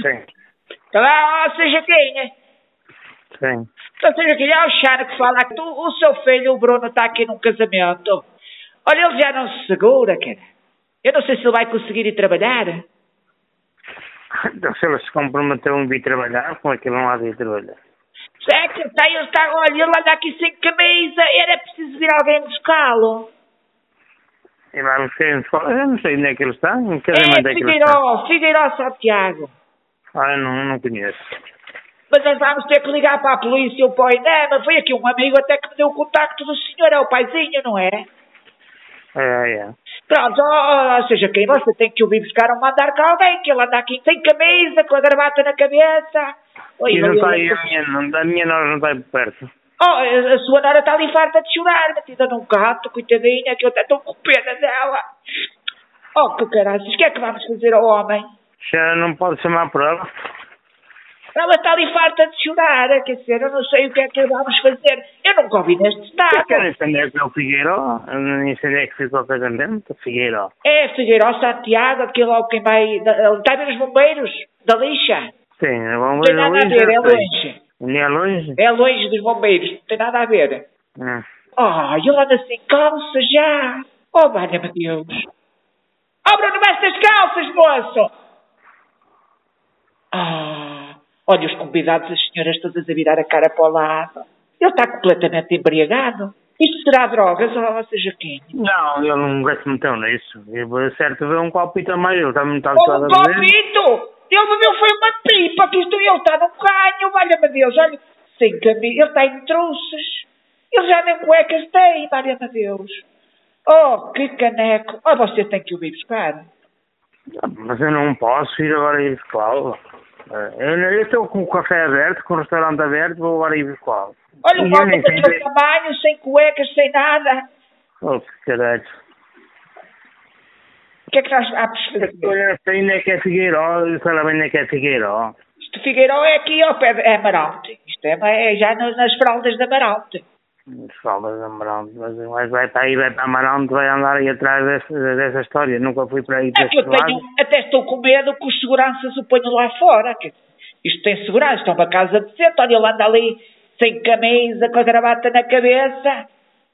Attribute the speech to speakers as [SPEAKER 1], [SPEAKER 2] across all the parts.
[SPEAKER 1] Sim,
[SPEAKER 2] Então, ah, seja quem, né?
[SPEAKER 1] sim.
[SPEAKER 2] Então, seja quem, ah, o Charo que fala que tu- o seu filho, o Bruno, está aqui num casamento. Olha, ele já não se segura, cara. Eu não sei se ele vai conseguir ir trabalhar.
[SPEAKER 1] Então, se eles se comprometeram a vir trabalhar, como é que vão lá vir trabalhar?
[SPEAKER 2] É que tá, ele está, olha, ele anda aqui sem camisa, era preciso vir alguém buscá-lo.
[SPEAKER 1] E lá nos querem fora, eu não sei onde é que eles estão, em que casamento
[SPEAKER 2] É
[SPEAKER 1] é que eles estão.
[SPEAKER 2] Figueiró, Figueiró Santiago.
[SPEAKER 1] Ah, eu não, não conheço.
[SPEAKER 2] Mas nós vamos ter que ligar para a polícia, o pai, não, mas foi aqui um amigo até que me deu o contacto do senhor, é o paizinho, não é?
[SPEAKER 1] É, é.
[SPEAKER 2] Pronto, ó, ó, ou seja, quem você tem que o vir buscar ou mandar cá alguém, que ele anda aqui sem camisa, com a gravata na cabeça. Oi,
[SPEAKER 1] E não
[SPEAKER 2] oi,
[SPEAKER 1] está
[SPEAKER 2] oi.
[SPEAKER 1] aí a minha, não, a minha nora não está aí por perto.
[SPEAKER 2] Oh, a a sua nora está ali farta de chorar, metida num gato, coitadinha, que eu até estou com pena dela. Oh, que caralho, o que é que vamos fazer ao homem?
[SPEAKER 1] Já não pode chamar por ela.
[SPEAKER 2] Ah, Ela está ali farta de chorar, quer dizer, eu não sei o que é que vamos fazer. Eu nunca ouvi neste
[SPEAKER 1] Eu quero
[SPEAKER 2] estado.
[SPEAKER 1] entender que é o Figueiró, eu nem sei onde é que ficou o casamento, Figueiró.
[SPEAKER 2] É Figueiredo Santiago, aquele é lá quem vai... da- Está a ver os bombeiros da lixa?
[SPEAKER 1] Sim,
[SPEAKER 2] Não
[SPEAKER 1] vamos
[SPEAKER 2] tem
[SPEAKER 1] ver
[SPEAKER 2] nada a
[SPEAKER 1] longe.
[SPEAKER 2] ver, é
[SPEAKER 1] eu sei.
[SPEAKER 2] longe.
[SPEAKER 1] Não é longe?
[SPEAKER 2] É longe dos bombeiros, não tem nada a ver.
[SPEAKER 1] Não.
[SPEAKER 2] Ah, ele anda sem calça já. Oh, valha-me Deus. Oh, Bruno, mexe as calças, moço! Ah, olha os convidados, as senhoras todas a virar a cara para o lado. Ele está completamente embriagado. Isto será drogas, ou seja, quem?
[SPEAKER 1] Não, eu não gosto muito nisso. Eu vou certo ver um copito a mais, ele está muito
[SPEAKER 2] Oh,
[SPEAKER 1] habituado
[SPEAKER 2] um
[SPEAKER 1] a ver.
[SPEAKER 2] palpito! Ele bebeu foi uma pipa, que isto ele está no canho, valha-me Deus. Olha, sem camisa, ele está em trouxas. Ele já nem cuecas tem, valha-me Deus. Oh, que caneco. Oh, você tem que o vir buscar.
[SPEAKER 1] Mas eu não posso ir agora ir buscá-lo. Eh, Eu, não- eu estou com o café aberto, com o restaurante aberto, vou agora ir buscá-lo.
[SPEAKER 2] Olha
[SPEAKER 1] E
[SPEAKER 2] o
[SPEAKER 1] eu nem
[SPEAKER 2] homem
[SPEAKER 1] sei
[SPEAKER 2] do seu
[SPEAKER 1] ver.
[SPEAKER 2] tamanho, sem cuecas, sem nada.
[SPEAKER 1] Oh, que caralho.
[SPEAKER 2] O que é que nós vamos fazer?
[SPEAKER 1] Eu não sei onde é que é Figueiró, eu sei lá bem onde é que é Figueiró.
[SPEAKER 2] Isto de Figueiró é aqui ao pé de é Amaronte. Isto é, é já no- nas fraldas da Amaronte.
[SPEAKER 1] Salvas Amarante, mas, mas vai para aí, vai para Amarante, vai andar aí atrás dessa, dessa história. Nunca fui para aí para
[SPEAKER 2] É que
[SPEAKER 1] este
[SPEAKER 2] eu tenho,
[SPEAKER 1] lado.
[SPEAKER 2] até estou com medo que os seguranças o ponham lá fora. que isto tem segurança, estão para casa decente. Olha, ele anda ali sem camisa, com a gravata na cabeça.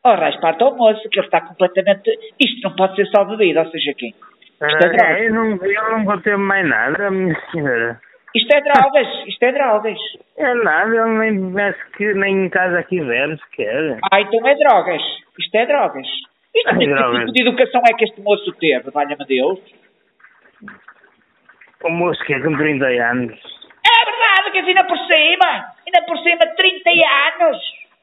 [SPEAKER 2] Oh, rasparta ao moço, que ele está completamente... Isto não pode ser só bebida, ou seja, quem? Isto é droga.
[SPEAKER 1] Eh, eu, não, eu não vou ter mais nada, minha senhora.
[SPEAKER 2] Isto é drogas, isto é drogas.
[SPEAKER 1] É nada, eu nem penso que nem em casa aqui bebe sequer.
[SPEAKER 2] Ah, então é drogas. Isto é drogas. Isto
[SPEAKER 1] É
[SPEAKER 2] que
[SPEAKER 1] drogas.
[SPEAKER 2] tipo de educação é que este moço teve, valha-me Deus.
[SPEAKER 1] O moço que é com 30 anos.
[SPEAKER 2] É verdade que ainda por cima, ainda por cima, 30 anos.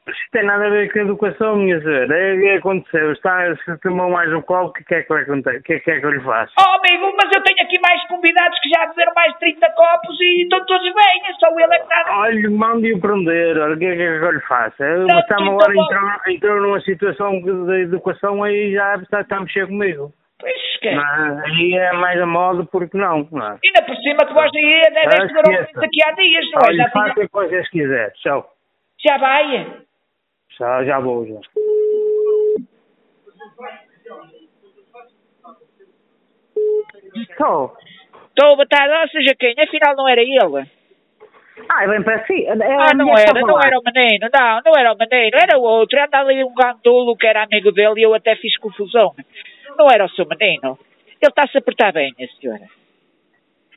[SPEAKER 1] Isto tem nada a ver com a educação, minha senhora. É o que aconteceu. Está, se tomou mais um copo, o que é que, vai acontecer? O que, é que é que eu lhe faço?
[SPEAKER 2] Oh, amigo, mas eu tenho aqui mais convidados que já beberam mais de 30 copos e estão todos bem, é só ele é que está...
[SPEAKER 1] Olha, mande-o prender. Olha, o que é que é que eu lhe faço? Eu
[SPEAKER 2] Não,
[SPEAKER 1] estava
[SPEAKER 2] então
[SPEAKER 1] agora
[SPEAKER 2] vou-
[SPEAKER 1] entrou, entrou numa situação de educação aí já está, está a mexer comigo.
[SPEAKER 2] Pois, que...
[SPEAKER 1] Mas aí é mais a moda, porque não? não é?
[SPEAKER 2] Ainda por cima que vós aí até
[SPEAKER 1] Ah,
[SPEAKER 2] deste garoto
[SPEAKER 1] esqueça.
[SPEAKER 2] daqui há dias, não é? Já,
[SPEAKER 1] Olha,
[SPEAKER 2] tinha-
[SPEAKER 1] faça o que vocês quiserem. Tchau.
[SPEAKER 2] já vai.
[SPEAKER 1] Já, já vou, já. Estou.
[SPEAKER 2] Estou a botar, ou seja, quem? Afinal não era ele.
[SPEAKER 1] É, Ah, bem para si. É
[SPEAKER 2] Ah, não era, não era o menino, não, não era o menino, era o outro. Anda ali um gandulo que era amigo dele e eu até fiz confusão. Não era o seu menino. Ele está-se a apertar bem, minha senhora.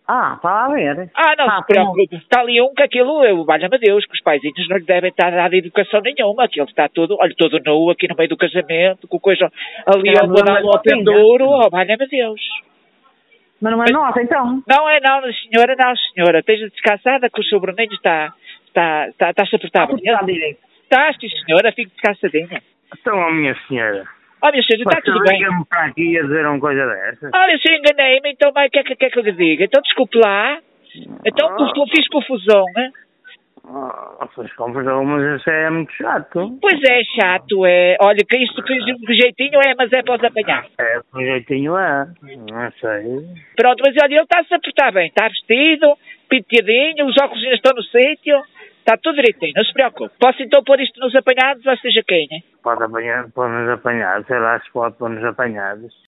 [SPEAKER 1] Ah, para lá ver.
[SPEAKER 2] Ah, não
[SPEAKER 1] Ah,
[SPEAKER 2] se preocupe. Está ali um que aquilo, eu, valha-me Deus, que os paizinhos não lhe devem estar a dar educação nenhuma, que ele está todo, olha, todo nu aqui no meio do casamento, com coisa ali
[SPEAKER 1] Era
[SPEAKER 2] ao
[SPEAKER 1] Dona
[SPEAKER 2] lado ao
[SPEAKER 1] Copinha.
[SPEAKER 2] penduro, oh, valha-me Deus.
[SPEAKER 1] Mas não é nossa, então.
[SPEAKER 2] Não é não, senhora, não, senhora. Esteja descansada que o seu Bruninho está, está, está, está-se a apertar Tá bem.
[SPEAKER 1] Está direito.
[SPEAKER 2] Está, sim, senhora, fique descansadinha. Oh,
[SPEAKER 1] Então, ó, minha senhora.
[SPEAKER 2] Ó, minha senhora, está
[SPEAKER 1] você
[SPEAKER 2] tá tudo bem.
[SPEAKER 1] liga-me para aqui a dizer uma coisa dessas.
[SPEAKER 2] Olha, se eu enganei-me, então vai, o que é que, que é que eu lhe diga? Então desculpe lá. Então eu fiz confusão, né?
[SPEAKER 1] Ah, vocês confusão, mas isso é muito chato.
[SPEAKER 2] Pois é, chato, é. Olha, que isto que de jeitinho é, mas é para os apanhar.
[SPEAKER 1] É, por jeitinho é. Não sei.
[SPEAKER 2] Pronto, mas olha, ele está-se a portar bem. Está vestido, penteadinho, os óculos ainda estão no sítio. Está tudo direitinho, não se preocupe. Posso então pôr isto nos apanhados, ou seja, quem, né?
[SPEAKER 1] Pode apanhar, pode-nos apanhar. Sei lá se pode pôr-nos apanhados.